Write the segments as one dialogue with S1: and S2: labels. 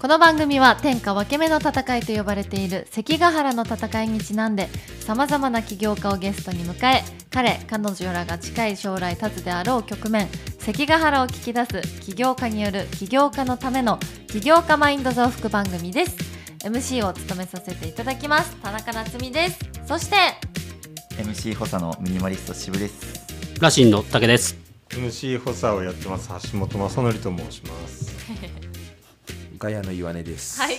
S1: この番組は天下分け目の戦いと呼ばれている関ヶ原の戦いにちなんでさまざまな起業家をゲストに迎え彼彼女らが近い将来立つであろう局面関ヶ原を聞き出す起業家による起業家のための起業家マインド増幅番組です MC を務めさせていただきます田中夏実ですそして
S2: MC 補佐のミニマリスト渋です
S3: ラシンの竹です。
S4: MC 補佐をやってます橋本正則と申します。
S5: ガヤの岩根です。
S1: はい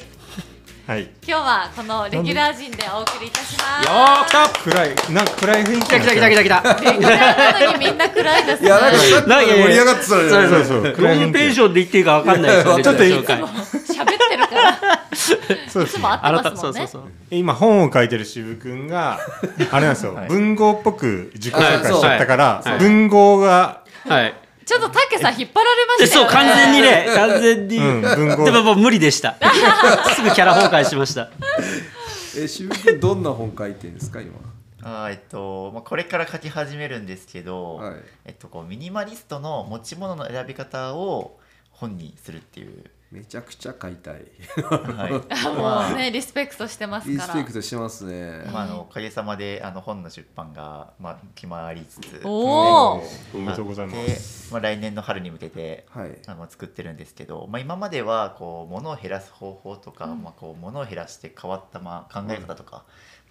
S4: はい。
S1: 今日はこのレギュラー陣でお送りいたします
S4: た。暗いなんか暗い雰囲気。来たた。
S3: た来た。
S1: レギュラーなのにみんな暗いです
S5: い
S1: ね
S5: や、なんかさっきまで盛り上がってたの
S4: そう
S5: よ
S4: そうそう。
S3: どう
S4: 暗い
S3: いうテ
S4: 雰
S3: ン
S4: 囲
S3: ションで言っていいか分かんないですよね。
S4: ちょっといい
S3: 自己紹介
S1: 喋ってるから
S4: 気。そう
S1: いつ
S4: です
S1: も
S4: ね。
S1: 会ってま
S3: 改
S1: すも
S3: そうんそう
S1: ね
S3: そう。
S4: 今本を書いてる渋くんがあれなんですよ。
S2: はい
S4: 文豪っぽく自己紹介しちゃったから
S3: はいはい
S4: 文豪が
S3: はい。
S1: ちょっとタケさん引っ張られま
S3: で、
S1: した
S3: そ
S1: よ
S3: う、
S1: ね
S3: 完全にね、完全に。
S4: うん文
S3: でも
S4: 豪。
S3: もう無理でした。 すぐキャラ崩壊しました。
S5: え、渋谷どんな本書いてるんですか、今。
S2: あーえっと、まあ、これから書き始めるんですけど、
S5: はい
S2: えっと、こうミニマリストの持ち物の選び方を本にするって いう、
S5: めちゃくちゃ買いたい。
S2: はい
S1: もうねリスペクトしてます
S5: リ
S1: か
S5: ス
S1: ら
S5: ペクトしてますね。
S2: まあ、あのおかげさまであの本の出版が、まあ、決まりつつ
S1: おお
S4: おめでとうございま。
S2: ですまあ、来年の春に向けて
S5: はい。
S2: あの作ってるんですけど、まあ、今まではこう物を減らす方法とか、
S1: うん
S2: まあ、こう物を減らして変わったまあ考え方とか、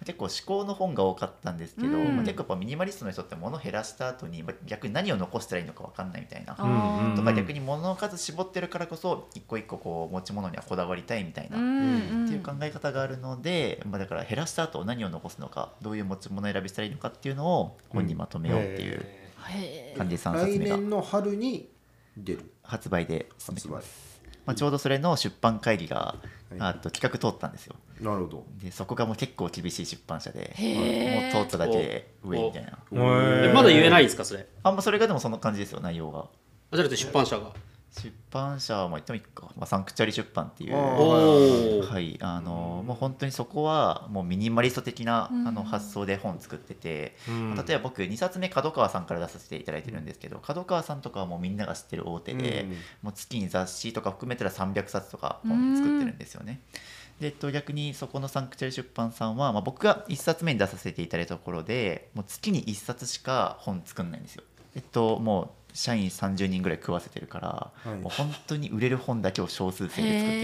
S2: 結構思考の本が多かったんですけど、
S1: うん
S2: まあ、結構やっぱミニマリストの人って物を減らした後に、まあ、逆に何を残したらいいのか分かんないみたいな。
S1: あー
S2: とか逆に物の数絞ってるからこそ一個一個こう持ち物にはこだわりたいみたいな、
S1: うんうん
S2: っていう考え方があるので、まあ、だから減らした後何を残すのかどういう持ち物を選びしたらいいのかっていうのを本にまとめようっていう
S1: へー
S2: 感じで3冊
S5: 来
S2: 目が
S5: 年の春に出る。
S2: 発売で進めて
S5: 発
S2: ま
S5: 売
S2: す。。まあ、ちょうどそれの出版会議が、
S5: はい
S2: あと企画通ったんですよ
S5: なるほど。
S2: でそこがもう結構厳しい出版社で
S1: へー
S2: もう通っただけで上みたいな
S4: へー
S3: えまだ言えないんですか、それ。
S2: あんまそれがでもその感じですよ内容が
S3: あじゃなくて出版社が。
S2: 出版社はまあ言ってもいいか、まあ、サンクチャリ出版っていう
S5: お
S2: は
S3: おお。
S2: いあのもう本当にそこはもうミニマリスト的な
S1: うん
S2: あの発想で本作ってて、
S4: うん
S2: 例えば僕2冊目角川さんから出させていただいてるんですけど角川さんとかはもうみんなが知ってる大手で、
S5: うん
S2: もう月に雑誌とか含めたら300冊とか本作ってるんですよね。でえっと、逆にそこのサンクチュアリ出版さんは、まあ、僕が1冊目に出させていただいたところでもう月に1冊しか本作んないんですよ。えっともう社員30人ぐらい食わせてるから、
S5: い
S2: もう本当に売れる本だけを少数制で作っていくので、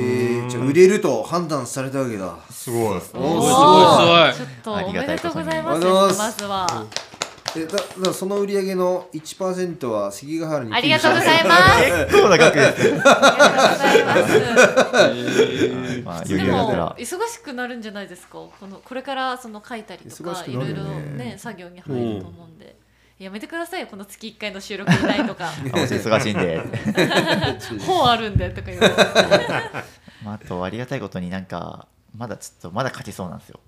S5: え
S1: へー
S5: ー、じゃあ売れると判断されたわけだ。
S4: すごい。
S5: おー
S1: おー
S5: す
S3: ごいす
S1: ちょっとおめでとうございます
S5: ありがたいことに
S1: まずは
S5: え、だ、だからその売り上げの1%は関ヶ原に。
S1: ありがとうございます
S2: 結構な額ですね。
S1: ありがとうございます
S2: まあ、
S1: で
S2: 余裕があった
S1: も
S2: ら
S1: 忙しくなるんじゃないですかこのこれからその書いたりと
S5: 忙
S1: か
S5: し
S1: い
S5: く
S1: ろ
S5: ないるよね
S1: ろね作業に入ると思うんでやめてくださいよこの月1回の収録以外とか
S2: あもし忙しいんで。
S1: 本あるんでとか言われて
S2: まあ、あとありがたいことになんかまだちょっとまだ書けそうなんですよ。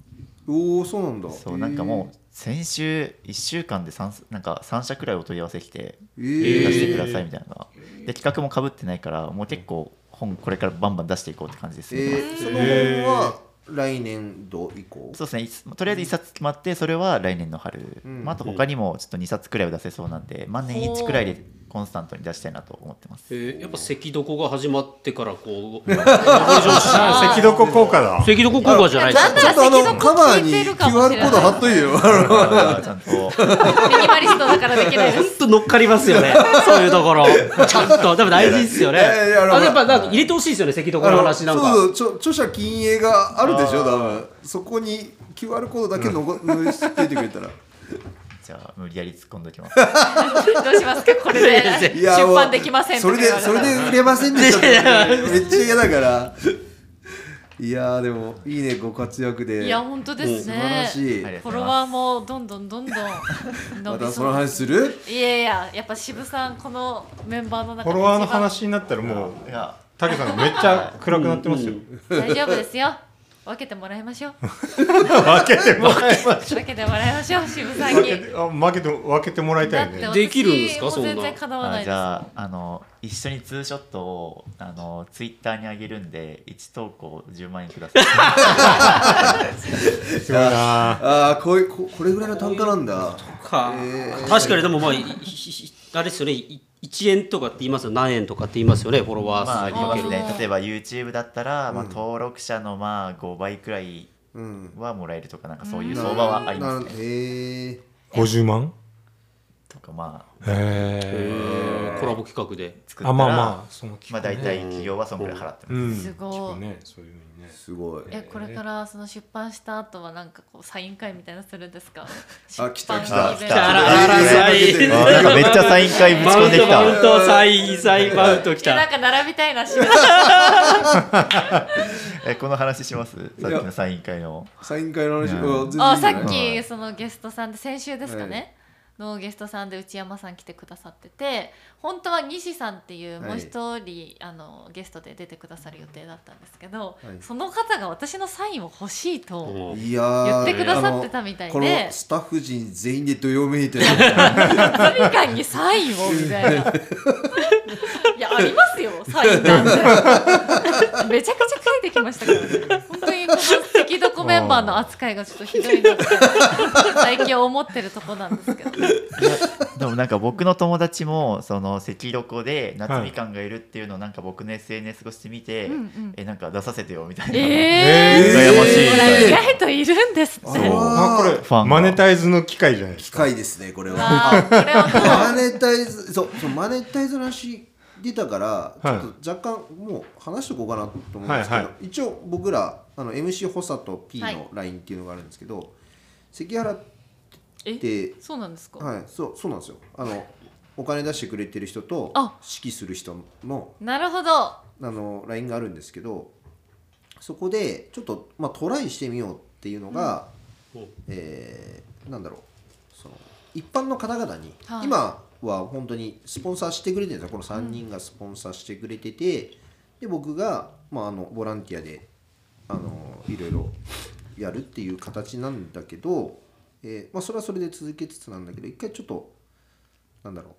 S5: おお、そうなんだ。
S2: そうなんかもう先週1週間で 3, なんか3社くらいお問い合わせ来て
S5: う。
S2: 出
S5: えー
S2: してくださいみたいなのが、で企画もかぶってないからもう結構本これからバンバン出していこうって感じです、
S5: えー、その本は来年度以降。
S2: そうですねいつとりあえず1冊決まってそれは来年の春、
S5: うん
S2: まあ、あと他にもちょっと2冊くらいは出せそうなんで、万年1くらいでコンスタントに出したいなと思ってます
S3: えーやっぱ赤床が始まってからこう
S4: あ赤床効果だ
S3: 赤。床効果じゃないです
S1: なんだ
S3: か
S5: ちょっとあのカバーに
S1: 聞いてる
S5: QR コ
S1: かもしれない
S5: ード貼っといてよ。あの
S2: あーちゃんと
S1: ミニマリストだからできないです
S3: 本当乗っかりますよねそういうところちゃんとでも大事ですよね
S5: いやいやあの
S3: あやっぱなんか入れてほしいですよね赤床の話なん
S5: そ
S3: か
S5: うそう著著者禁煙があるでしょ。多分そこに QR コードだけの こ載せていてくれ たら。
S2: じゃあ無理やり突っ込んでおきます
S1: どうしますかこれで
S5: いや
S1: 出
S5: もう
S1: 版できません
S5: それで
S1: とか
S5: そ
S1: 言わ
S5: れ
S1: たら
S5: で売れませんでしたって。 めっちゃ嫌だから。いやーでもいいねご活躍で。
S1: いや本当ですね
S5: 素晴らしい。
S2: はい
S1: フォロワーもどんどんどんどん伸
S5: ま
S1: び
S5: たそ
S1: そ
S5: の
S1: う
S5: 話する？
S1: いやいややっぱ渋さんこのメンバーの中
S4: フォ
S1: で
S4: ロワーの話になったらもう
S2: いや
S4: 竹さんめっちゃ暗くなってますよ。
S1: 一番大丈夫ですよ分けてもらいましょう
S4: 分けてもらいまし
S1: 分けてもらいましょう渋さん
S4: 分
S1: に
S4: けてあ分けて分けてもらいた
S1: だ
S4: い
S1: っ
S4: ね
S1: て。私
S3: できるんですかそんな
S1: もう全然叶わない
S2: あ
S1: で
S2: じ
S1: す
S2: ゃああの一緒にツーショットをあのツイッターにあげるんで1投稿10万円くだ さい
S4: すごいなあ。
S5: ああこういうここれぐらいの単価なんだ。
S3: か
S5: えー
S3: 確かにでもまあひひひあれですよねい1円とかって言いますよ何円とかって言いますよねフォロワ
S2: まあ、あ
S3: ー
S2: り
S3: 数にお
S2: ま
S3: け
S2: す
S3: る、
S2: ね
S1: あー
S2: 例えば YouTube だったら、まあ、登録者のまあ5倍くらい
S5: うん
S2: はもらえるとかなんかそういう相場はありま
S5: な
S2: す
S5: る
S2: ね。
S5: へえ
S4: 50万
S2: とかまあ
S4: へえ
S3: へーコラボ企画で
S2: 作ったら
S4: あまあまあその
S2: まあ大体企業はそのくらい払ってます。
S4: うん
S1: すごい
S4: 聞くねそういうのにね
S5: すごい
S1: えこれからその出版した後はなんかこうサイン会みたいなのするんですか
S5: あ来た
S1: 出版イ
S5: 来た
S1: ベン
S2: 来
S1: ト
S2: た
S3: あらあらサイン
S2: あーなんかめっちゃサイン会ぶち
S3: マ
S2: 込
S3: ウ
S2: ん
S3: ン
S2: でき
S3: トマウン
S2: た。
S3: トサインサインマウントき
S1: えなんか
S3: た
S1: 並びたいなし
S2: えこの話します。さっきのサイン会の。
S5: サイン会の話
S2: うん
S5: は全然いい
S1: あ
S5: んじ
S1: さ
S5: ゃない
S1: っ
S2: は
S1: き
S2: い
S1: そのゲストさんで先週ですかね、のゲストさんで内山さん来てくださってて本当は西さんっていうもう一人、あのゲストで出てくださる予定だったんですけど、
S5: はい
S1: その方が私のサインを欲しいと
S3: うん
S5: いやー
S1: 言ってくださってたみたいで
S5: あのこのスタッフ陣全員でどよめいてるい
S1: サミカンにサインをみ たいないやありますよサインなんてめちゃくちゃ書いてきましたけどね本当にこの関どこメンバーの扱いがちょっとひどいなって最近思ってるとこなんですけど
S2: でもなんか僕の友達もその赤こで夏みかんがいるっていうのをなんか僕の SNS 越して見て、
S1: うんうん
S2: えなんか出させてよみたいな。
S1: え
S2: 羨ましい
S1: ー、
S2: み
S1: ほら
S2: た
S1: 意
S2: いな。
S1: 外といるんです
S5: あ
S1: ね
S5: ー
S4: あこれ
S2: ファンが
S4: マネタイズの機会じゃないです
S5: 機
S4: か
S5: 械ですねこれは
S1: あーこれは
S5: マネタイズそうそうマネタイズの話出たから、
S4: はい
S5: ちょっと若干もう話しておこうかなと思うんですけ
S4: は
S5: ど、
S4: いは
S5: 一応僕らあの MC 補佐と P
S1: はい
S5: の LINE っていうのがあるんですけど、関原っ
S1: え
S5: て
S1: そうなんですか、
S5: はいそうそうなんですよあのお金出してくれてる人と
S1: あ
S5: 指揮する人の
S1: なるほど
S5: あの LINE があるんですけどそこでちょっと、まあ、トライしてみようっていうのが、
S3: うん
S5: えーなんだろうその一般の方々に、
S1: はい
S5: 今は本当にスポンサーしてくれてるんですよこの3人がスポンサーしてくれてて、で僕が、まあ、あのボランティアであのいろいろやるっていう形なんだけど、えーまあ、それはそれで続けつつなんだけど一回ちょっとなんだろう、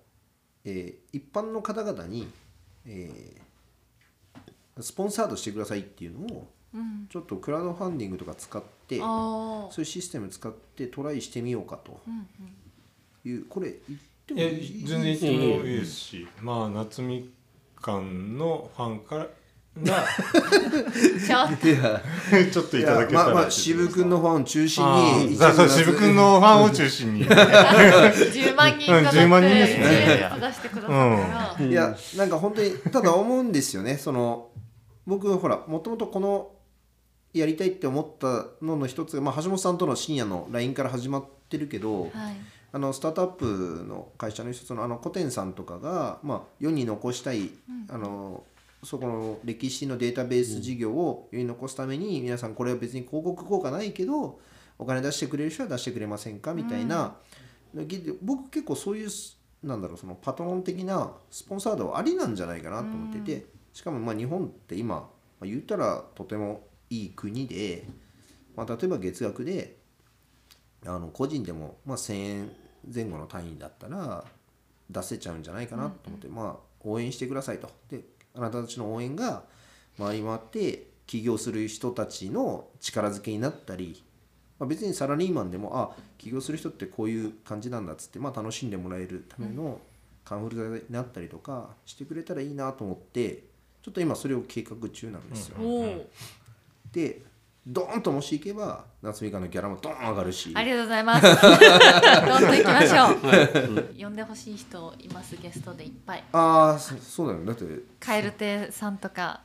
S5: えー一般の方々に、えースポンサードしてくださいっていうのを
S1: うん
S5: ちょっとクラウドファンディングとか使って
S1: あー
S5: そういうシステム使ってトライしてみようかと
S1: うん
S5: いうこれ言ってもい
S4: え
S5: い
S4: 全然いつもいいですし、まあ夏みかんのファンからが
S1: うんちょっ
S5: いや
S4: ちょっと
S5: い
S4: いただ
S5: や
S4: けたら
S5: まあまあ渋君のファンを中心
S4: あ
S5: に
S4: ーそうそう渋君のファンを中心に
S1: と10万人かなって
S4: うん10万人です
S2: ね
S1: 10出してくださったから、
S5: いやなんか本当にただ思うんですよねその僕ほらもともとこのやりたいって思ったのの一つが、まあ、橋本さんとの深夜の LINE から始まってるけど、
S1: はい
S5: あのスタートアップの会社の一つのあの古典さんとかが、まあ、世に残したい、あのそこの歴史のデータベース事業を世に残すために、皆さんこれは別に広告効果ないけどお金出してくれる人は出してくれませんかみたいな、ぎ僕結構そういうすなんだろうそのパトロン的なスポンサードはありなんじゃないかなと思ってて、しかもまあ日本って今、まあ、言ったらとてもいい国で、まあ、例えば月額であの個人でも、まあ、1,000円前後の単位だったら出せちゃうんじゃないかなと思って、まあ、応援してくださいとであなたたちの応援が回り回って起業する人たちの力づけになったり、まあ、別にサラリーマンでもあ起業する人ってこういう感じなんだっつって、まあ、楽しんでもらえるためのカンフル剤になったりとかしてくれたらいいなと思ってちょっと今それを計画中なんですよ。
S1: おお
S5: でドーンともし行けば夏みかんのギャラもドーン上がるし。
S1: ありがとうござい ます。どんどん行きましょう。呼んでほしい人いますゲストでいっぱい。
S5: ああそそうだよねだって
S1: カエル亭さんとか。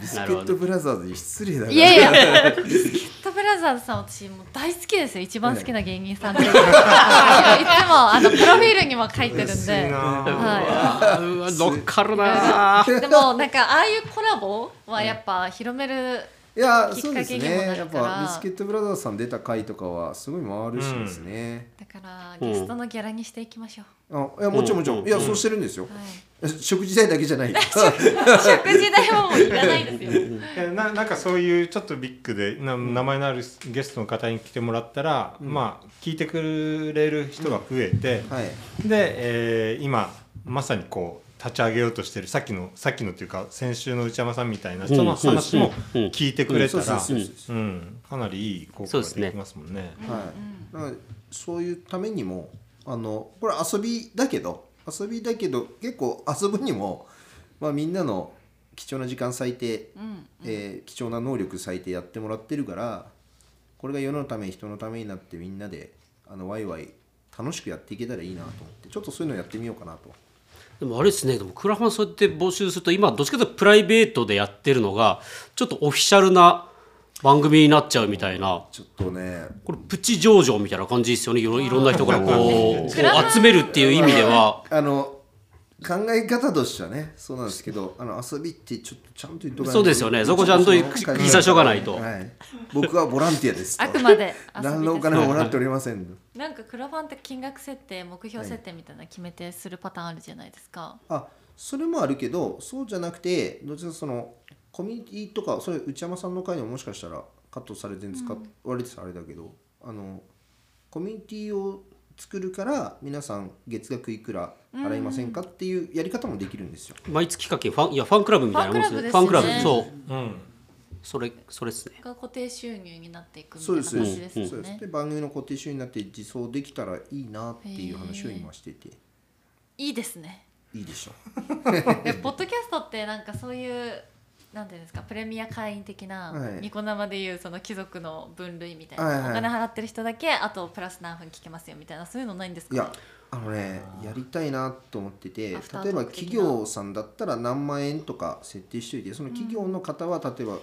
S5: ビスケットブラザーズに失礼だから
S1: いやいや。ビスケットブラザーズさん私もう大好きですよ。一番好きな芸人さん で。いつもあのプロフィールにも書いてるん
S4: 薄い
S1: で。
S4: なあ
S1: は
S3: あーうわ乗っかるなー
S1: い。 でもなんかああいうコラボはやっぱ広める。
S5: いや
S1: きっ
S5: そう
S1: か
S5: です
S1: けにも
S5: ね
S1: な
S5: や
S1: る
S5: っ
S1: から
S5: ぱビスケットブラザーズさん出た回とかはすごい回るしですね、
S1: だからゲストのギャラにしていきましょう。
S5: あいやもちろんもちろん、
S3: うん
S5: いやそうしてるんですよ、
S1: はい。
S5: 食事代だけじゃな い
S1: 食事代はもういらないです よ。
S4: えななんかそういうちょっとビッグでな名前のあるゲストの方に来てもらったら、まあ聞いてくれる人が増えて、
S5: はい
S4: で、えー今まさにこう立ち上げようとしてるさっきのさっきのっていうか先週の内山さんみたいな人の話も
S3: うんうん
S4: 聞いてくれた
S5: そう
S4: ら
S5: そうそう
S4: う
S5: そ
S4: んかなりいい効
S3: そう
S4: 果が
S3: ですね
S4: できますもんね。
S5: はいだからそういうためにもあのこれ遊びだけど遊びだけど結構遊ぶにも、まあ、みんなの貴重な時間割いて、
S1: うん
S5: えー貴重な能力割いてやってもらってるからこれが世のため人のためになってみんなであのワイワイ楽しくやっていけたらいいなと思ってちょっとそういうのやってみようかなと。
S3: でもあれですねでもクラファンそうやって募集すると今どっちかというとプライベートでやってるのがちょっとオフィシャルな番組になっちゃうみたいな
S5: ちょっとね
S3: これプチ上場みたいな感じですよねいろいろんな人からこうこ
S1: クラファン
S3: う集めるっていう意味では
S5: あの考え方としてはねそうなんですけ どあの遊びってちょっとちゃんと言っとかないと
S3: そうですよねそこちゃんと言い差しとかないと
S5: はい、僕はボランティ アですと
S1: あくまで遊びです
S5: 何のお金ももらっておりません
S1: なんかクラファンって金額設定目標設定みたいなの決めてするパターンあるじゃないですか、
S5: あそれもあるけどそうじゃなくてどちらかというとそのコミュニティとかそれ内山さんの会にももしかしたらカットされてん使われてたらあれだけどあのコミュニティを作るから皆さん月額いくら払いませんかっていうやり方もできるんですよ。
S3: 毎月課金ファンいやファンクラブみたいなもんですね
S1: フ
S3: フ
S1: ァ
S3: ァ
S1: ン
S3: ン
S1: ク
S3: ク
S1: ラ
S3: ラ
S1: ブですね
S3: ブそう
S4: うん
S3: それそれですね
S1: が固定収入になっていくみた
S5: そ
S1: いうな
S5: ですそう
S1: 感
S5: で
S1: じ
S5: す,、
S1: です
S5: そう
S1: よ
S5: です
S1: ね
S5: で番組の固定収入になって自走できたらいいなっていう話を今してて
S1: いいですね
S5: いいでしょ
S1: でポッドキャストってなんかそういうなんていうんですかプレミア会員的な、
S5: はい
S1: ニコ生でいうその貴族の分類みたいな、
S5: はいはい
S1: お金払ってる人だけあとプラス何分聞けますよみたいなそういうのないんですか
S5: いやあのねやりたいなと思ってて例え
S1: アフタートー
S5: ば
S1: ク的
S5: 企
S1: な
S5: 業さんだったら何万円とか設定しておいてその企業の方は例えば、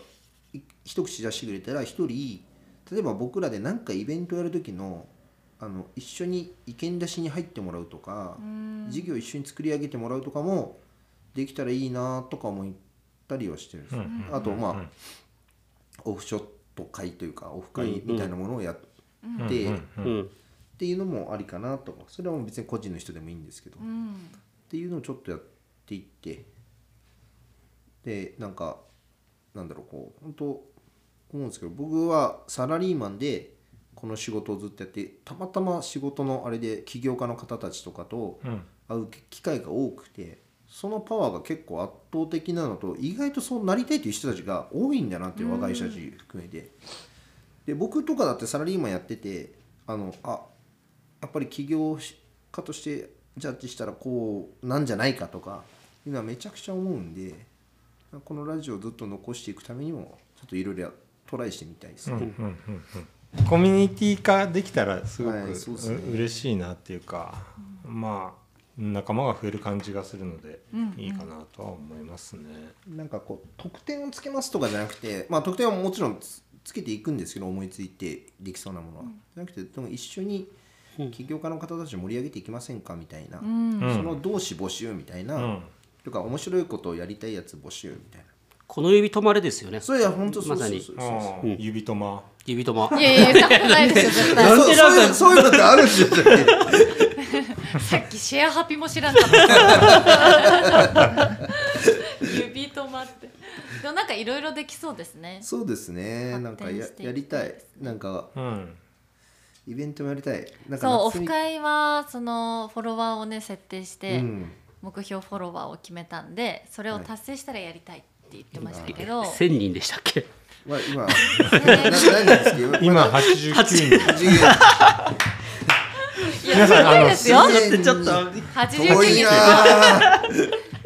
S5: い一口出してくれたら一人例えば僕らで何かイベントやる時のあの一緒に意見出しに入ってもらうとか
S1: うん
S5: 事業一緒に作り上げてもらうとかもできたらいいなとか思ったりはしてるんですよ、
S4: うん
S5: あとまあ、
S4: うん
S5: オフショット会というかオフ会みたいなものをやって、
S4: うん
S5: っ
S4: うん
S3: うん
S5: ていうのもありかなとかそれはもう別に個人の人でもいいんですけど、
S1: う
S5: っ
S1: ん
S5: ていうのをちょっとやっていってでなんかなんだろうこう本当思うんですけど僕はサラリーマンでこの仕事をずっとやってたまたま仕事のあれで起業家の方たちとかと
S4: うん
S5: 会う機会が多くてそのパワーが結構圧倒的なのと意外とそうなりたいという人たちが多いんだなっていう若い人たち含めて、で僕とかだってサラリーマンやっててあのあやっぱり起業家としてジャッジしたらこうなんじゃないかとかいうのはめちゃくちゃ思うんでこのラジオをずっと残していくためにもちょっといろいろトライしてみたいです
S4: う
S5: ね。
S4: んうんうんコミュニティ化できたらすごく、
S5: はいそうですね
S4: う嬉しいなっていうか、まあ仲間が増える感じがするので、いいかなとは思いますね。
S5: なんかこう得点をつけますとかじゃなくてまあ得点はもちろんつつけていくんですけど思いついてできそうなものは、じゃなくてでも一緒に起業家の方たちを盛り上げていきませんかみたいな、
S1: うん
S4: うん
S5: その同志募集みたいな、
S4: うん
S5: とか面白いことをやりたいやつ募集みたいな
S3: この指止まれですよね
S5: それは本当そう
S3: まさ
S5: そうそう
S3: に
S5: そう
S4: あー指とま
S3: 指止ま
S1: いやいやしたくないですよ絶対
S5: そうそういうそういうのってあるんじゃない
S1: さっきシェアハピも知らんかった。指止まって。でもなんかいろいろできそうですね。
S5: そうですねなんかや
S1: 発展していきたいですね
S5: やりたいなんか
S4: うん
S5: イベントもやりたいなんか
S1: そうオ
S5: 夏
S1: フ
S5: に
S1: 会はそのフォロワーをね設定して
S5: うん
S1: 目標フォロワーを決めたんでそれを達成したらやりたいって言ってましたけど、
S3: 1000人でしたっけ
S5: は今な何ですけど
S4: 今89人
S5: 授業
S1: いやすごいですよ
S5: あの
S3: ちょっと
S1: 八十
S5: 遠い
S1: 人
S5: な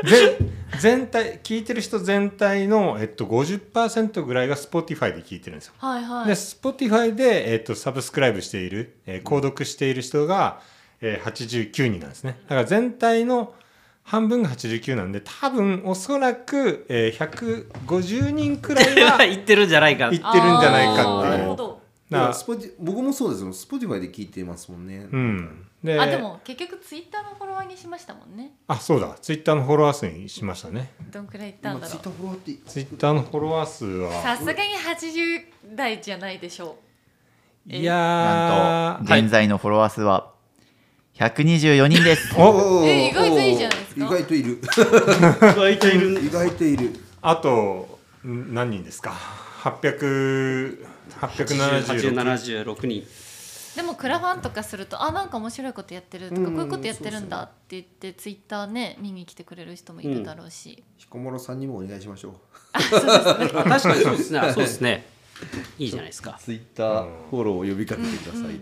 S4: 全全体聞いてる人全体の、えっと、50%ぐらいが Spotify で聞いてるんですよ。
S1: はいはい
S4: で Spotify で、えっとサブスクライブしている、えー購読している人が、えー89人なんですねだから全体の半分が89なんで多分おそらく、えー150人くらいは
S3: 言ってるんじゃないか
S4: 行ってるんじゃないかって
S1: あー
S4: い
S1: なるほ
S4: う。
S1: ど
S5: だから
S4: な
S5: スポティ僕もそうですよ Spotify で聞いてますもんね、
S4: うん、で
S1: あでも結局ツイッターのフォロワーにしましたもんね
S4: あそうだツイッターのフォロワー数にしましたね
S1: どんくらいいった
S5: 今
S1: んだろ
S5: ツイッ
S1: う
S5: ターフォローって
S4: ツイッターのフォロワー数は
S1: さすがに80代じゃないでしょ
S4: いや
S2: な
S4: ー
S2: んと現在のフォロワー数は124人です。
S4: お
S5: おー
S1: え意外といいじゃないですか
S5: 意外といる意外といる
S4: あとん何人ですか800 876
S3: 876人
S1: うでもクラファンとかするとあなんか面白いことやってるとか、
S5: うん
S1: こういうことやってるんだって言ってツイッターね見に来てくれる人もいるだろうし、
S5: 彦摩呂さんにもお願いしましょう
S3: あ確かにそうですね あそうですねいいじゃないですか
S5: ツイッターフォローを呼びかけてください、
S1: なん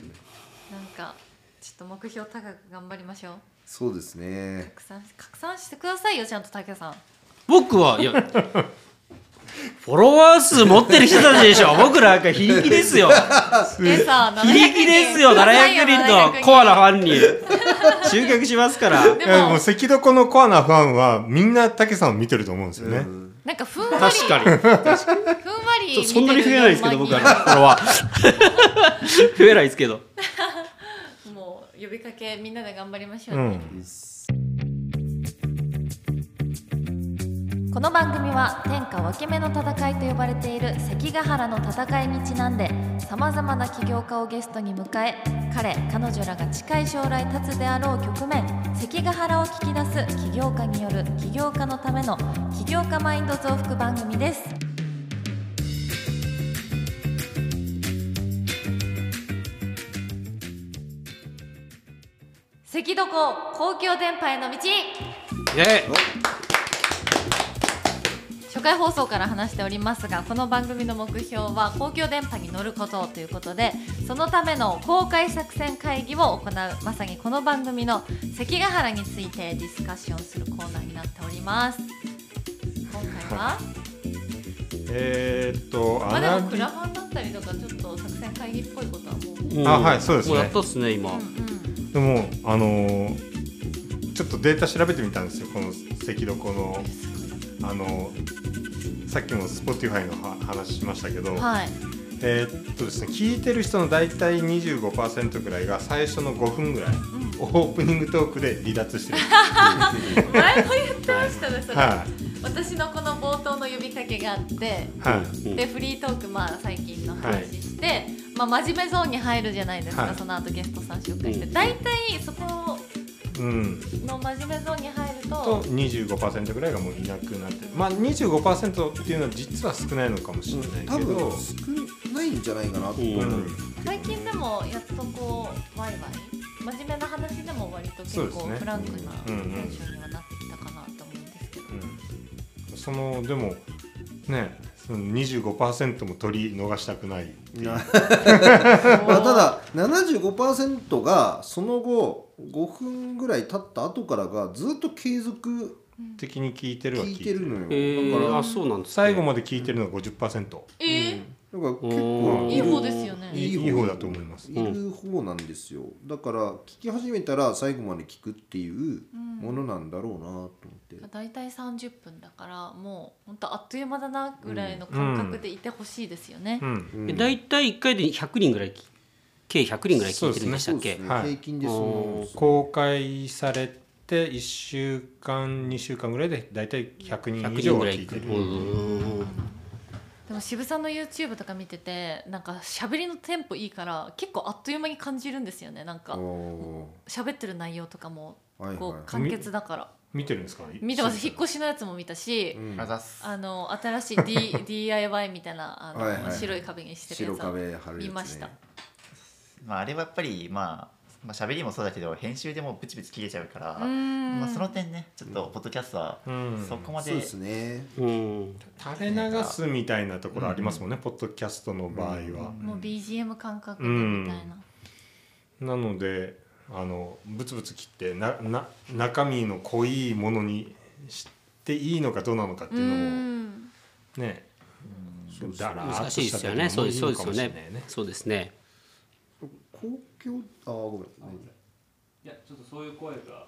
S1: かちょっと目標高く頑張りましょう
S5: そうですね
S1: 拡散拡散してくださいよちゃんと武さん
S3: 僕はいやフォロワー数持ってる人たちでしょ僕らなんか非力ですよ
S1: でさ700
S3: 非力ですよ
S1: ください
S3: 700人
S1: 700
S3: とコアなファンに集客しますから
S1: で
S4: いやも
S1: も
S4: う赤道のコアなファンはみんな武さんを見てると思うんですよね、
S1: なんかふんわり
S3: 確かに
S1: ふんわり見てる
S3: そんなに増えないですけど僕は
S1: 4万
S3: フォロワー増えないですけど
S1: 人もう呼びかけみんなで頑張りましょ
S4: う
S1: うね、
S4: ん、
S1: この番組は天下分け目の戦いと呼ばれている関ヶ原の戦いにちなんでさまざまな起業家をゲストに迎え彼彼女らが近い将来立つであろう局面関ヶ原を聞き出す起業家による起業家のための起業家マインド増幅番組です関戸港公共電波への道
S3: ね
S1: 初回放送から話しておりますがこの番組の目標は公共電波に乗ることということでそのための公開作戦会議を行うまさにこの番組の関ヶ原についてディスカッションするコーナーになっております今回は
S4: えー、っと
S1: ま
S4: ア
S1: あ
S4: ナ
S1: でもク
S4: リ
S1: ラファンだったりとかちょっと作戦会議っぽいことはもう、うん
S3: うん
S4: あはいそうですね
S3: もうやったっすね今、
S1: うん、
S4: でもあのーちょっとデータ調べてみたんですよこの赤どこのあのーさっきも Spotify のは話しましたけど、
S1: はい
S4: えーっとですね聞いてる人の大体25%くらいが最初の5分ぐらい、オープニングトークで離 脱してる
S1: 前も言ってましたねそれ、
S4: はい
S1: 私のこの冒頭の呼びかけがあって
S4: はい
S3: うん
S1: でフリートークまあ最近の話して、まあ、真面目ゾーンに入るじゃないですか、
S4: はい
S1: その後ゲストさん紹介して、
S3: うん
S1: 大体そこ
S4: うん
S1: の真面目ゾーンに入る
S4: と
S1: と
S4: 25%ぐらいがもういなくなってるまあ25%っていうのは実は少ないのかもしれない
S5: 多
S4: け
S5: 分
S4: ど、
S5: 少ないんじゃないかなと思う、
S4: う、
S3: うん
S1: 最近でもやっとこうワイワイ真面目な話でも割と結
S4: そうで
S1: 構
S4: すね
S1: フランクなテ
S4: うんうん
S1: ンションにはなってきたかなと思うんですけど、
S4: うん、そのでもねその25%も取り逃したくない
S5: な
S1: おー
S5: まあ、ただ75%がその後5分ぐらい経った後からがずっと継続
S4: 的に聞いてるは
S5: 聞いてるのよ、
S3: えー、あそうなんです、ね、
S4: 最後まで聞いてるのが50%
S1: えー
S5: だから結
S3: う
S5: 構
S3: ん
S1: いい方ですよね
S4: いい方だと思います
S5: いる方なんですよだから聞き始めたら最後まで聞くっていうものなんだろうなと思って、
S1: 大体30分だからもう本当あっという間だなぐらいの感覚でいてほしいですよね、
S4: うん
S5: うん
S3: え大体1回で100人ぐらいき計100人ぐらい聞いてるんでした
S5: そう
S3: っ
S5: で
S3: け
S5: すね、
S4: はい
S5: 平均でその
S4: 公開されて1週間2週間ぐらいで大体100
S3: 100
S4: 人以
S3: 人
S4: 上
S3: ぐ
S4: は
S3: ら
S4: 聞
S3: い
S4: いて
S3: く
S4: る
S1: でも渋さんの YouTube とか見ててなんか喋りのテンポいいから結構あっという間に感じるんですよねなんか
S5: お
S1: 喋ってる内容とかも
S5: ーはい
S1: こ
S5: は
S1: う簡潔だから
S4: 見てるんですか
S1: 見てます引っ
S4: し
S1: 越しのやつも見たし
S5: い、うん
S2: あざっす
S1: あの新しい、D、DIY みたいなあの、
S5: はいはいはい
S1: 白い壁にしてるや
S5: 白
S1: つは
S5: 壁貼るやつ、ね、
S1: 見ました
S2: まあ、あれはやっぱりまあ、まあ、喋りもそうだけど編集でもうブチブチ切れちゃうから、
S1: うーん
S2: まあ、その点ねちょっとポッドキャストは
S4: うん
S2: そこまで、
S5: そうですね
S3: うん
S4: 垂れ流すみたいなところありますもんね、ポッドキャストの場合は、
S1: もう BGM 感覚でみたいな、
S4: なのであのブツブツ切ってなな中身の濃いものにしていいのかどうなのかって
S1: う
S4: い
S1: ー
S4: うのも
S1: ん
S4: ねだらー
S3: 難
S4: っと
S3: しい
S4: し
S3: です
S4: た
S3: よねそうです
S4: そ
S3: そううです
S4: で
S3: す
S4: よ
S3: よ
S4: ね
S3: ねそうですね
S5: 公共あーごめん
S6: いやちょっとそういう声が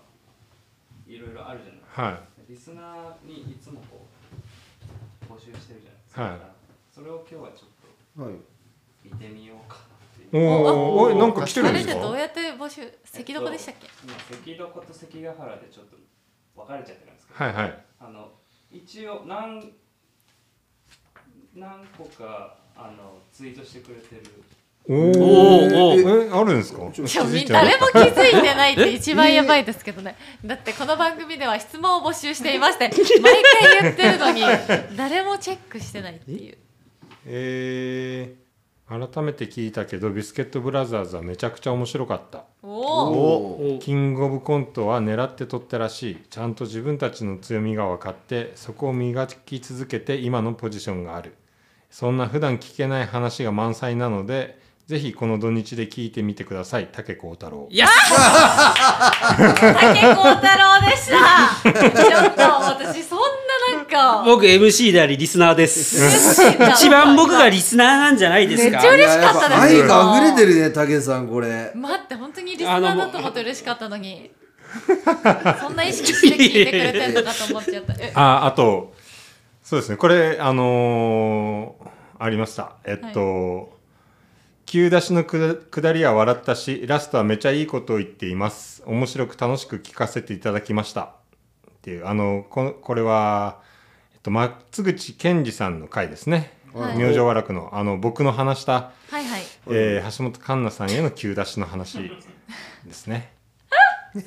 S6: いろいろあるじゃない
S4: は
S6: リスナーにいつもこう募集してるじゃないですか、
S4: はい
S6: だからそれを今日はちょっと
S5: はい
S6: 見てみようかなっていう
S4: いおおおいなんか来てる
S1: あ
S4: ん
S1: れ
S4: で
S1: っ
S4: す
S1: てどう
S4: か
S1: やって募集赤どこでしたっけ、
S6: 今関床と関ヶ原でちょっと分かれちゃってるんですけど、
S4: はいはい
S6: あの一応何何個かあのツイートしてくれてる
S4: お
S3: お
S4: お
S3: ー
S4: えあるんですか
S5: ちょっと
S1: いやみ
S4: 気づいてなかっ
S1: 誰も気づいてないって一番やばいですけどね、だってこの番組では質問を募集していまして毎回言ってる のに誰もチェックしてないっていう
S4: えー、改めて聞いたけどビスケットブラザーズはめちゃくちゃ面白かった
S1: おお
S5: お
S3: お
S4: キングオブコントは狙って取ったらしいちゃんと自分たちの強みが分かってそこを磨き続けて今のポジションがあるそんな普段聞けない話が満載なのでぜひこの土日で聞いてみてください竹子太郎
S3: いや
S1: 竹子太郎でした。ちょっと私そんななんか
S3: 僕 MC でありリスナー です
S1: 嬉しいな
S3: 一番僕がリスナーなんじゃないです
S1: め
S3: か
S1: っちゃ嬉しかったです
S5: い
S1: よ
S5: ややっぱ愛が溢れてるね武さんこれ
S1: 待って本当にリスナーだと思って嬉しかったのに。そんな意識して聞いてくれてるのかと思っちゃった。え
S4: ああとそうですねこれあのーありましたえっと「急、出しのくだ下りは笑ったしラストはめちゃいいことを言っています面白く楽しく聞かせていただきました」っていうあのここれは、えっと、松口健二さんの回ですね「
S1: はい
S4: 明星和楽の」あの僕の話した、
S1: はいはい。
S4: えー橋本環奈さんへの急出しの話ですね。
S1: 本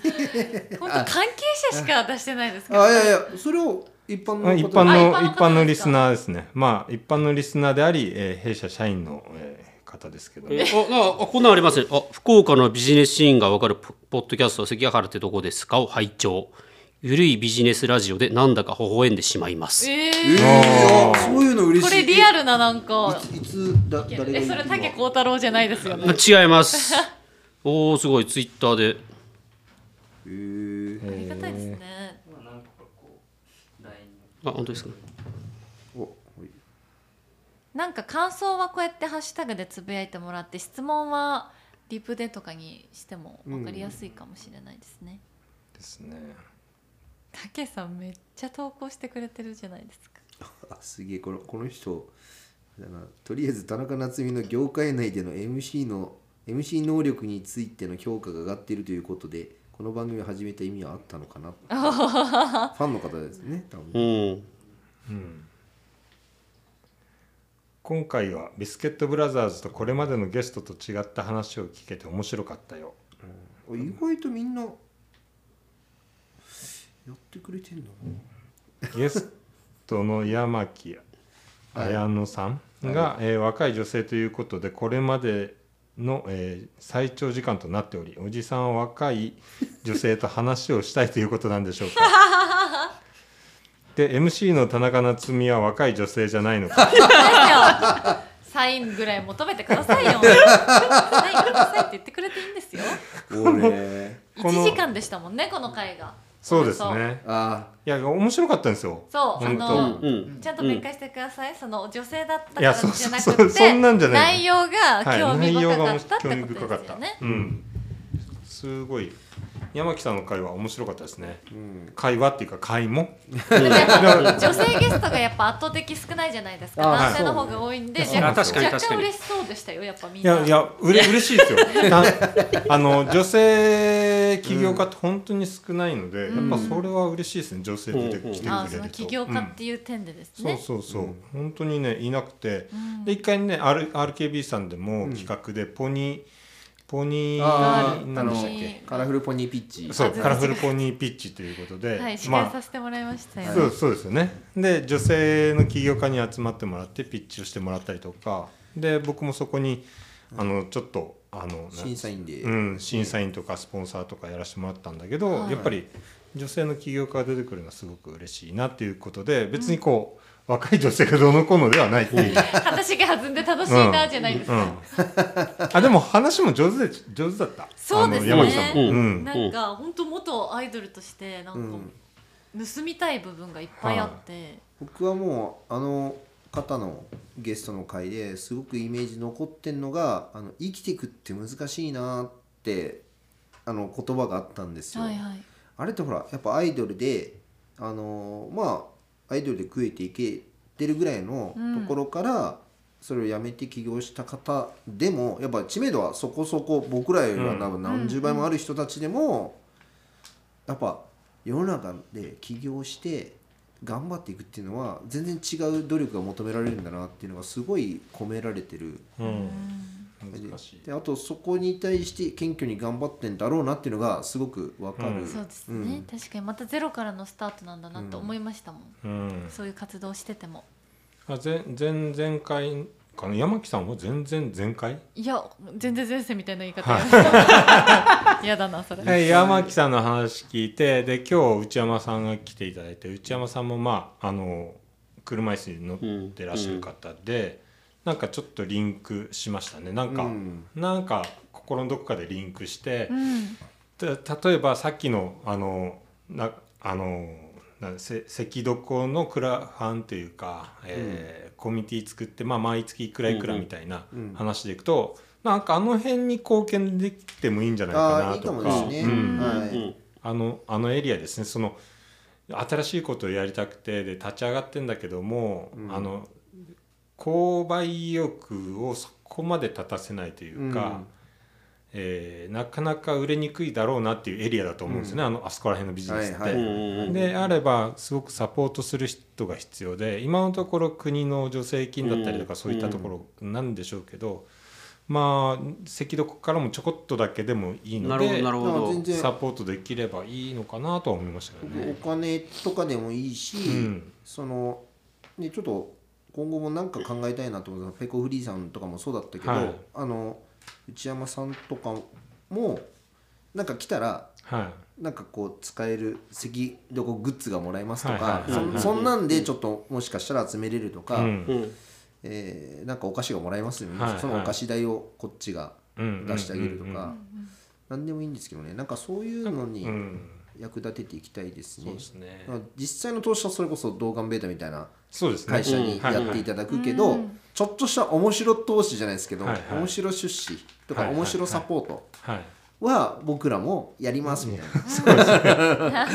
S1: 当関係者しか出してないです
S5: あ
S1: け
S5: い
S1: ど。
S5: やいやそれを一般
S4: あ
S5: の
S4: 一般
S1: あ
S4: の
S1: 一般の
S4: 一
S1: 方
S4: 般の
S1: で
S4: リ
S1: すか
S4: スナーですねまあ一般のリスナーであり、えー弊社社員の、えー方ですけども
S3: えあああこんなんありますねあ福岡のビジネスシーンがわかるポポッドキャスト関ヶ原ってどこですかを拝聴ゆるいビジネスラジオでなんだか微笑んでしまいます
S1: え
S5: えー、い
S1: ー
S5: やそういうの嬉しい
S1: これリアルななんか。
S5: いついつだ誰が
S1: えそれ竹子太郎じゃないですよね。
S3: 違 いますおおすごいツイッターで
S1: ありがたいですね。
S6: 今何個かこう LINE の
S3: あ本当ですか
S5: おはい
S1: なんか感想はこうやってハッシュタグでつぶやいてもらって質問はリプでとかにしても分かりやすいかもしれないですね。
S4: ですね
S1: たけさんめっちゃ投稿してくれてるじゃないですか。
S5: あすげえこのこの人だなとりあえず田中夏実の業界内での MC の MC 能力についての評価が上がっているということでこの番組を始めた意味はあったのかなファンの方ですね多
S3: う
S5: 分
S3: ん
S4: 今回はビスケットブラザーズとこれまでのゲストと違った話を聞けて面白かったよ
S5: 意外とみんなやってくれてんだな
S4: ゲストの山木綾乃さんが、えー若い女性ということでこれまでの、えー最長時間となっておりおじさんは若い女性と話をしたいということなんでしょうか で MC の田中夏実は若い女性じ ゃないのか
S1: サインぐらい求めてください よ。サインくださいって言ってくれていいんですよ。
S5: 俺
S4: この
S1: 1時間でしたもんねこの回が。
S4: そうです。ね
S5: あ
S4: いや面白かったんですよ
S1: そうあ
S4: 本当
S1: の
S3: う。ん
S1: ちゃんと弁解してください、その女性だったか
S4: いや
S1: ら
S4: そう
S1: じ
S4: そ
S1: ゃ
S4: う
S1: な
S4: そう
S1: くて
S4: そんなんじゃない
S1: 内容が
S4: はい
S1: 興味
S4: 内
S1: 深
S4: 容が
S1: か
S4: 面
S1: った
S4: 白
S1: って
S4: 興味
S1: こと
S4: 深
S1: で
S4: か
S1: す
S4: った
S1: よね。
S4: うんすごい山木さんの会は面白かったですね
S5: ーうん
S4: 会話っていうか会も
S1: 女性ゲストがやっぱ圧倒的少ないじゃないですか
S5: あー
S1: 男性の方が多いんで、
S4: そうね
S1: 若
S4: あ確かに
S1: 干
S3: 確かに
S1: 嬉しそうでしたよやっぱみん
S4: い
S1: な
S4: やいやうれ嬉しいですよ。 なあの女性起業家って本当に少ないので、
S1: うん
S4: やっぱそれは嬉しいですね。女性出てきてくれると。
S1: あーその起業家っていう点でですね、
S4: そうそうそう、本当にねいなくて、
S1: ん
S4: で一回ね R RKB さんでも企画でポニー、ポニ
S5: あ
S4: ー
S5: ー
S4: なんでしたっ
S1: ポニ
S4: け
S1: ー
S5: カラフルポニーピッチ
S4: そう
S1: あ
S4: カラフルポニーピッチということで、
S1: はい司
S4: ま
S1: 会
S4: あ
S1: させてもらいましたよ、
S4: そうそうですよねで女性の起業家に集まってもらってピッチをしてもらったりとかで僕もそこにあのちょっとあのな
S5: 審査員で、
S4: うん、審査員とかスポンサーとかやらせてもらったんだけど、
S1: はい
S4: やっぱり女性の起業家が出てくるのはすごく嬉しいなっていうことで別にこう、若い女性がどうのこうのではないっていう、
S1: 話が弾んで楽しいなじゃないです
S4: う
S1: か、
S4: ん、あでも話も上手で上手だった
S1: そうですね
S4: あの山木さんも、
S3: うん
S4: うん
S1: なんか本当元アイドルとしてなんか盗みたい部分がいっぱいあって、
S5: 僕はもうあの方のゲストの回ですごくイメージ残ってんのがあの生きていくって難しいなってあの言葉があったんですよ。
S1: はいはい
S5: あれってほらやっぱアイドルであのまあアイドルで食えていけてるぐらいのところから、それをやめて起業した方でもやっぱ知名度はそこそこ僕らよりは多分何十倍もある人たちでも、やっぱ世の中で起業して頑張っていくっていうのは全然違う努力が求められるんだなっていうのがすごい込められてる
S4: 難しい
S5: であとそこに対して謙虚に頑張ってんだろうなっていうのがすごくわかる、
S4: うん
S1: そうですね、確かにまたゼロからのスタートなんだなって思いましたもん、
S4: うん
S1: そういう活動してても
S4: あ前前前回かな山木さんも全然前回
S1: いや全然前世みたいな言い方 嫌だなそれ、
S4: はい、山木さんの話聞いてで今日内山さんが来ていただいて内山さんもまああの車椅子に乗ってらっしゃる方で、なんかちょっとリンクしましたねなんか、
S5: うん
S4: なんか心のどこかでリンクして
S1: う、ん
S4: た例えばさっきのあのなあのなせ赤床のクラファンというか、えーコミュニティ作って、まあ、毎月いくらいくらみたいな
S5: うんうん
S4: 話でいくと、なんかあの辺に貢献できてもいいんじゃない
S5: あ
S4: か
S5: あい
S4: ない
S5: か
S4: と
S5: も
S4: か
S5: ですね、
S4: うん
S5: は
S3: う
S5: い、
S3: ん
S4: あのあのエリアですねその新しいことをやりたくてで立ち上がってんだけども、
S5: うん
S4: あの購買意欲をそこまで立たせないというか、
S5: うん
S4: えーなかなか売れにくいだろうなっていうエリアだと思うんですよね、あのあそこら辺のビジネスって。
S5: はいはい
S3: うん
S4: であればすごくサポートする人が必要で今のところ国の助成金だったりと
S3: う
S4: か
S3: ん
S4: そういったところなんでしょうけど、まあ赤道からもちょこっとだけでもいいの
S3: なるほ
S4: で
S3: どなるほ
S5: あ全
S3: ど
S5: 然
S4: サポートできればいいのかなとは思いましたけどね。
S5: お金とかでもいいし、
S4: うん
S5: そのねちょっと今後も何か考えたいなと思ったペコフリーさんとかもそうだったけど、
S4: はい
S5: あの内山さんとかもなんか来たら
S4: は
S5: なんかこう使える赤どこグッズがもらえますと
S4: はい
S5: か
S4: はいはいはい
S5: そそんなんでちょっともしかしたら集めれると
S4: い、
S5: か、
S4: うん
S3: うん
S5: えーなんかお菓子がもらえますよね、
S4: はいはい
S5: そのお菓子代をこっちが
S4: うん
S5: 出してあげると
S4: うんうんうん
S5: か何でもいいんですけどねなんかそういうのに
S4: うん
S5: 役立てていきたいですね。
S4: そうですね。
S5: まあ実際の投資はそれこそ動画ベータみたいな
S4: そうですね。
S5: 会社にやっていただくけど、ちょっとした面白投資じゃないですけど、
S4: はいはい
S5: 面白出資と
S4: は
S5: か
S4: いはい
S5: 面白サポート
S4: はい。
S5: は僕らもやりますみたいな、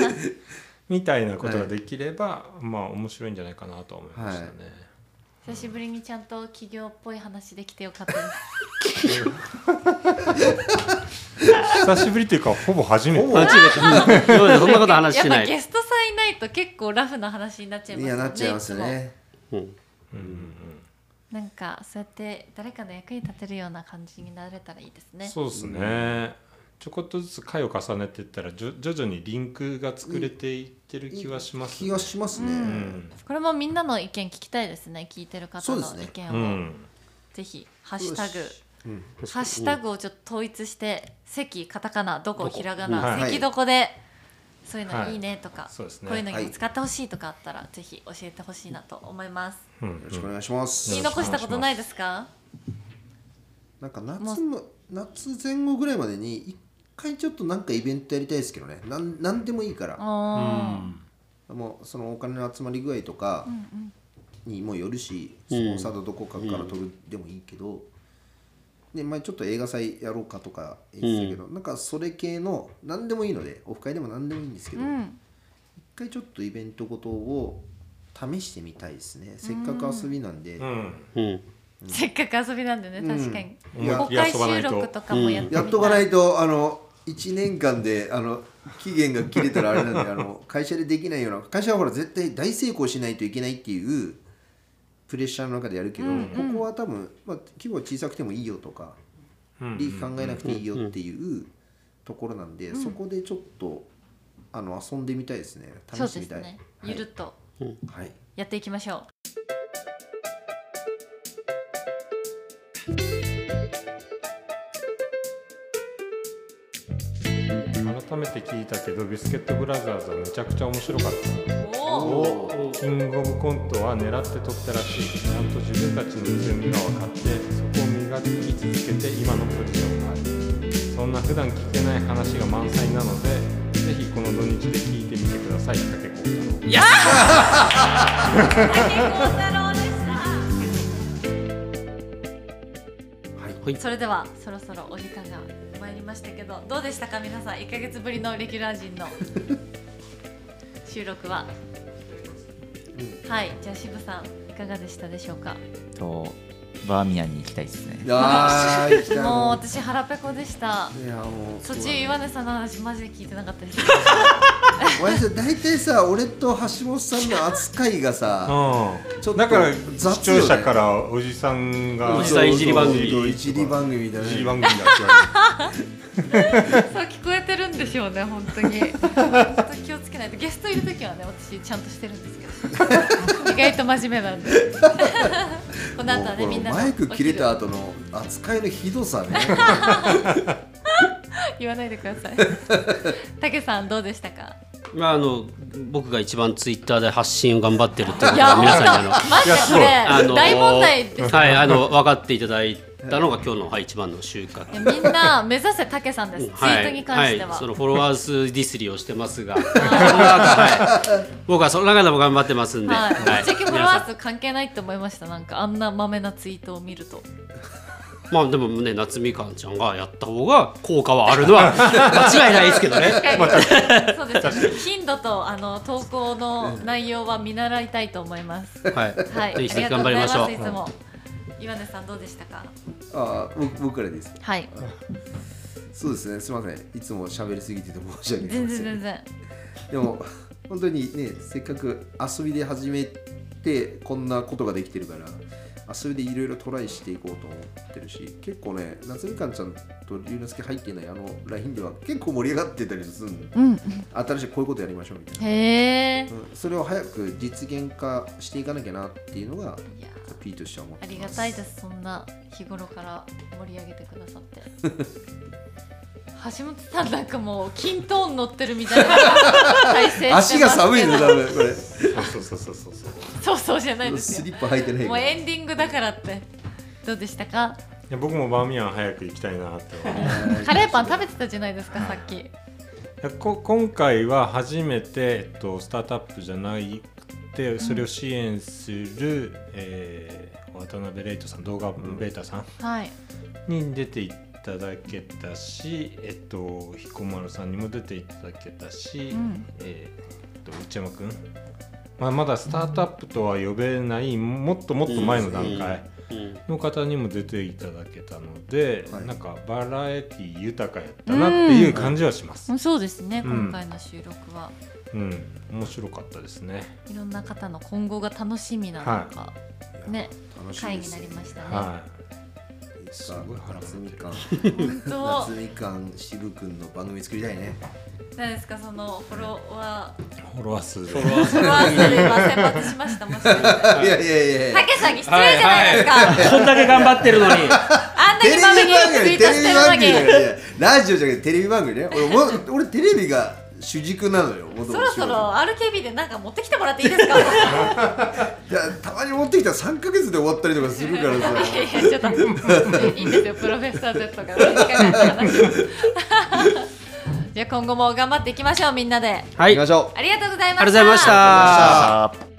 S4: みたいなことができれば、まあ面白いんじゃないかなとは思いましたね。
S1: 久しぶりにちゃんと企業っぽい話できてよかったです
S4: 久しぶりというかほぼ初めて。
S5: ほぼ
S3: 間違えた今までそんなこと話して
S1: やっ
S3: な
S1: ぱゲ
S3: い
S1: ストさんいないと結構ラフな話になっちゃいますよ
S5: い
S1: ね
S5: やなっちゃいますよ
S1: いつも
S5: ね。
S3: うん
S1: なんかそうやって誰かの役に立てるような感じになれたらいいですね
S4: そうですね。ちょこっとずつ回を重ねていったらじょ徐々にリンクが作れていってる気はします、
S5: 気がしますね。
S4: うん。
S1: これもみんなの意見聞きたいですね聞いてる方
S5: そう
S1: の
S5: ですね
S1: 意見を、
S4: うん。
S1: ぜひハッシュタグ
S5: うん
S1: ハッシュタグをちょっと統一して関カタカナどこひらが
S4: どこ
S1: な
S4: はい
S1: 関どこでそういうの
S4: はい
S1: いいねとか、
S4: そうですね
S1: こういうのに使ってほしいとかあったらぜひ教えてほしいなと思います、
S4: うん
S5: よろしくお願いします。
S1: 言い残したことないですか
S5: なんか夏の夏前後ぐらいまでに一回ちょっとなんかイベントやりたいですけどね。なんなんでもいいから。
S1: あ
S5: もうそのお金の集まり具合とかにもよるし、スポンサードどこかから取るでもいいけど。で前ちょっと映画祭やろうかとか言ってたけど、なんかそれ系の何でもいいのでオフ会でも何でもいいんですけ
S1: ー
S5: ど、
S1: うん
S5: 一回ちょっとイベントごとを試してみたいですねせっかく遊びなんで、
S4: うん。
S3: うん
S1: せっかく遊びなんでね確かに、
S4: うん
S1: 公開収録とかもやってみた
S5: やっとかないとあの1年間であの期限が切れたらあれなんであの会社でできないような会社はほら絶対大成功しないといけないっていうプレッシャーの中でやるけど、ここは多分、まあ、規模は小さくてもいいよとか
S4: うん
S5: 利益考えなくていいよっていうところなんで、そこでちょっとあの遊んでみたいですね試
S1: そう
S5: して
S1: で
S5: み
S1: す
S5: たい、
S1: ねゆるっと
S5: はい、
S1: やっていきましょう、
S4: 改めて聞いたけどビスケットブラザーズはめちゃくちゃ面白かった。
S1: おお
S4: キングオブコントは狙って取ったらしいちゃんと自分たちの強みが分かってそこを磨き続けて今のポジションがあるそんな普段聞けない話が満載なのでぜひこの土日で聞いてみてください竹子太郎
S1: それではそろそろお時間が参りましたけどどうでしたか皆さん1か月ぶりのレギュラー陣 の収録は、はいじゃあ渋さんいかがでしたでしょうか
S2: とバーミヤンに行きたいですね
S5: あー行きたい
S1: もう私腹ペコでした
S5: いやもう
S1: 途
S5: そう
S1: 中
S5: だね
S1: 岩根さんの話マジで聞いてなかったです
S5: 親父大体さ俺と橋本さんの扱いがさちょっと
S4: だから
S5: 雑よね
S4: 視聴者からおじさんが
S3: おじさんいじり番組
S5: そういじり番組だ
S4: いじり
S5: ね
S4: 番組だって言わ
S1: そう聞こえてるんでしょうね本当にちょっと気をつけないとゲストいる時はね私ちゃんとしてるんですけ ど意外と真面目なんでこの後はね
S5: もう
S1: みんなの
S5: マイク
S1: お
S5: 切
S1: 昼
S5: れた後の扱いのひど さね
S1: 言わないでください。たけさんどうでしたか。
S3: まああの僕が一番ツイッターで発信を頑張ってるってこと
S1: いや
S3: は
S1: 本
S3: 皆さんにあの
S1: 当マジでこれ、
S3: あの
S1: 大問題です
S3: はいあの分かっていただいたのが今日の、はい、一番の収穫
S1: いやみんな目指せたけさんです、ツイ
S3: は
S1: ートに関しては、
S3: い、そのフォロワー数ディスリをしてま すが、その中はい、僕はその中でも頑張ってますんで、
S1: はい、
S3: はい
S1: ぶっちゃけフォロワー数関係ないって思いましたなんかあんなまめなツイートを見ると
S3: まあでもね夏みかんちゃんがやった方が効果はあるのは間違いないですけ どね。
S1: そうですね頻度とあの投稿の内容は見習いたいと思います
S3: はい、
S1: はい、あ
S3: ぜ
S1: り
S3: ひぜひ
S1: がとう
S3: 頑
S1: ご
S3: 張
S1: ざ
S3: り
S1: い
S3: ま
S1: ます
S3: しょう。
S1: いつも岩根さんどうでしたか
S5: あー僕僕からです
S1: はい
S5: そうですねすみませんいつも喋りすぎてて申し訳あり
S1: 全
S5: ませ
S1: 然
S5: ん
S1: 全然
S5: でも本当にねせっかく遊びで始めてこんなことができてるから遊びでいろいろトライしていこうと思ってるし結構ね夏みかんちゃんと龍之介入っていないあの LINE では結構盛り上がってたりするんで
S1: うん
S5: 新しいこういうことやりましょうみたいな、
S1: へえ
S5: うん、それを早く実現化していかなきゃなっていうのが
S1: いや
S5: P としては思って
S1: あ
S5: ます
S1: りがたいですそんな日頃から盛り上げてくださって橋本さんなんかもう均等に乗ってるみたい な体勢してますけ
S5: 足
S1: ど
S5: が寒いの多分これ
S4: そうそうそうそうそう
S1: そうそうじゃ ないです
S5: ス
S1: よ
S5: リッパ履いてない
S1: も
S5: か
S1: う
S5: ら
S1: エンディングだからってどうでしたか
S4: いや僕もバーミヤン早く行きたいなって思うい
S1: カレーパン食べてたじゃないですかさっき
S4: やこ今回は初めて、えっと、スタートアップじゃなくてそれを支援する、えー渡辺レイトさん動画ベータさん
S1: はい
S4: に出ていただけたし、えっと、彦丸さんにも出ていただけたし、
S1: うん
S4: えーっと内山君、まあ、まだスタートアップとは呼べないもっともっと前の段階
S3: うん
S4: の方にも出ていただけたので、
S5: はい
S4: なんかバラエティ豊かやったなっていう感じはします。
S1: そうですね
S4: うん
S1: 今回の収録は、
S4: うん、面白かったですね。
S1: いろんな方の今後が楽しみなのか、ね
S5: 楽し
S1: 会
S5: み
S1: に
S5: です
S1: なりましたね、
S4: はい。
S5: いつ
S4: す
S5: か
S4: ごい腹が
S5: 夏
S4: 立っ
S5: み
S4: てる
S5: かん
S1: 本当
S5: 夏みかん渋くんの番組作りたいね
S1: 何ですかそのフォロワー
S4: フォロワー数で。
S3: フォロワー
S1: フォロワー数で今選抜しましたもしかして
S5: いやいやいやいや
S1: たけさんに失礼じゃないですか、
S3: こんだけ頑張ってるのに、
S1: あんだけ
S5: テレビ
S1: まめに
S5: 番
S1: ツイ
S5: 組
S1: ート
S5: テレ
S1: して
S5: ビ
S1: る
S5: 番
S1: の
S5: 組だ
S1: に
S5: からいやラジオじゃなくてテレビ番組ね俺も俺テレビが主軸なのよもともと
S1: そろそろ RKB でなんか持ってきてもらっていいですかい
S5: いやたまに持ってきたら3か月で終わったりとかするからさ
S1: やいやちょっといいんですよプロフェッサー Z が 確かに話してじゃあ今後も頑張っていきましょうみんなで
S3: はい、あり
S5: 行
S3: がと
S5: きましょう
S1: ありがとうございました
S3: うございました。
S2: あー